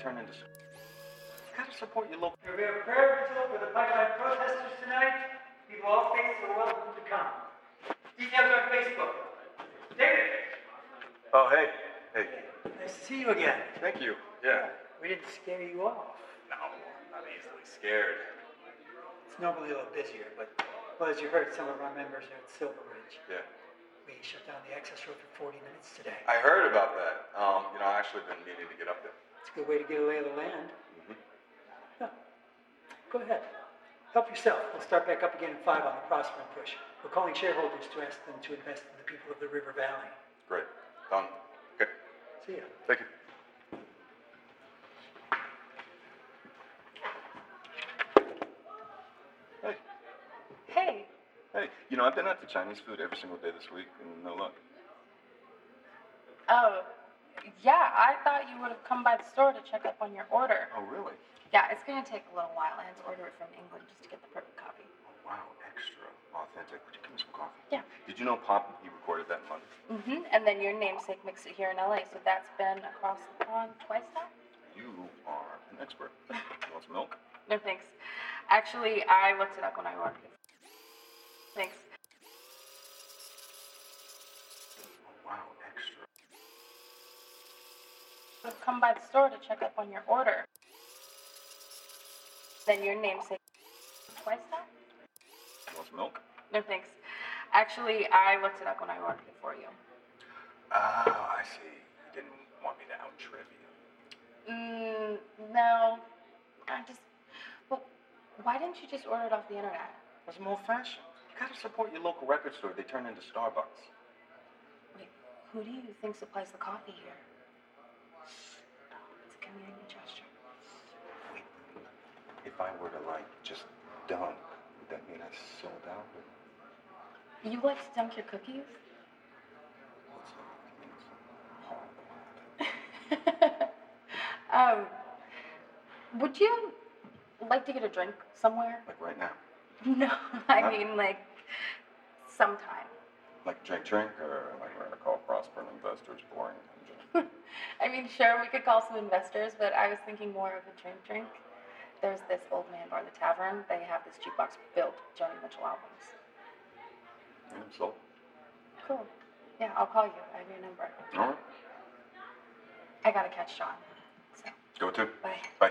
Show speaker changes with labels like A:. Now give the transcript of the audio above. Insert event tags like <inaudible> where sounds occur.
A: turn into. You gotta support your local.
B: There will be a prayer vigil for the pipeline protesters tonight. People of all faiths are welcome to come. Details on Facebook. David,
A: Oh, hey, hey,
B: nice to see you again.
A: thank you. Yeah.
B: We didn't scare you off.
A: No, I'm not easily scared.
B: It's normally a little busier, but well, as you heard, some of our members are at Silver Ridge.
A: Yeah.
B: We shut down the access road for 40 minutes today.
A: I heard about that. Um, you know, I actually been meaning to get up there.
B: It's a good way to get a lay of the land.
A: Mhm.
B: Yeah. Go ahead. Help yourself. We'll start back up again in five on the Prospering Push. We're calling shareholders to ask them to invest in the people of the River Valley.
A: Great. Done. Okay.
B: See ya.
A: Thank you. Hey,
C: Hey,
A: hey. You know, I've been out for Chinese food every single day this week, and no luck.
C: oh, yeah, I thought you would have come by the store to check up on your order.
A: Oh, really?
C: Yeah, it's gonna take a little while. I had to order it from England just to get the perfect copy.
A: Wow, extra authentic. Would you give me some coffee?
C: Yeah.
A: Did you know Pop? He recorded that in London.
C: Mm-hmm. And then your namesake mixed it here in LA, so that's been across the pond twice now?
A: You are an expert. <laughs> You want some milk?
C: No thanks. Actually, I looked it up when I ordered it. Thanks.
A: Oh, wow, extra.
C: Would have come by the store to check up on your order. Then your namesake twice now?
A: You want some milk?
C: No thanks. Actually, I looked it up when I ordered it for you.
A: Oh, I see. You didn't want me to out trivia.
C: Mm, no. I just. Well, why didn't you just order it off the internet?
A: That's some old fashioned. You gotta support your local record store. They turn into Starbucks.
C: Wait, who do you think supplies the coffee here? Stop. It's a community gesture.
A: Wait, if I were to like just dunk, would that mean I sold out?
C: You like to dunk your cookies? <laughs> um, would you like to get a drink somewhere? <laughs>
A: Like right now?
C: No, I
A: Huh?
C: mean, like, sometime.
A: Like drink drink or like we're gonna call Prosper and Investors boring?
C: <laughs> I mean, sure, we could call some investors, but I was thinking more of a drink drink. There's this old man bar in the tavern. They have this jukebox filled with Joni Mitchell albums.
A: Yeah, so.
C: Cool. Yeah, I'll call you. I have your number.
A: All right.
C: I gotta catch Sean. So,
A: Go to.
C: bye.
A: Bye.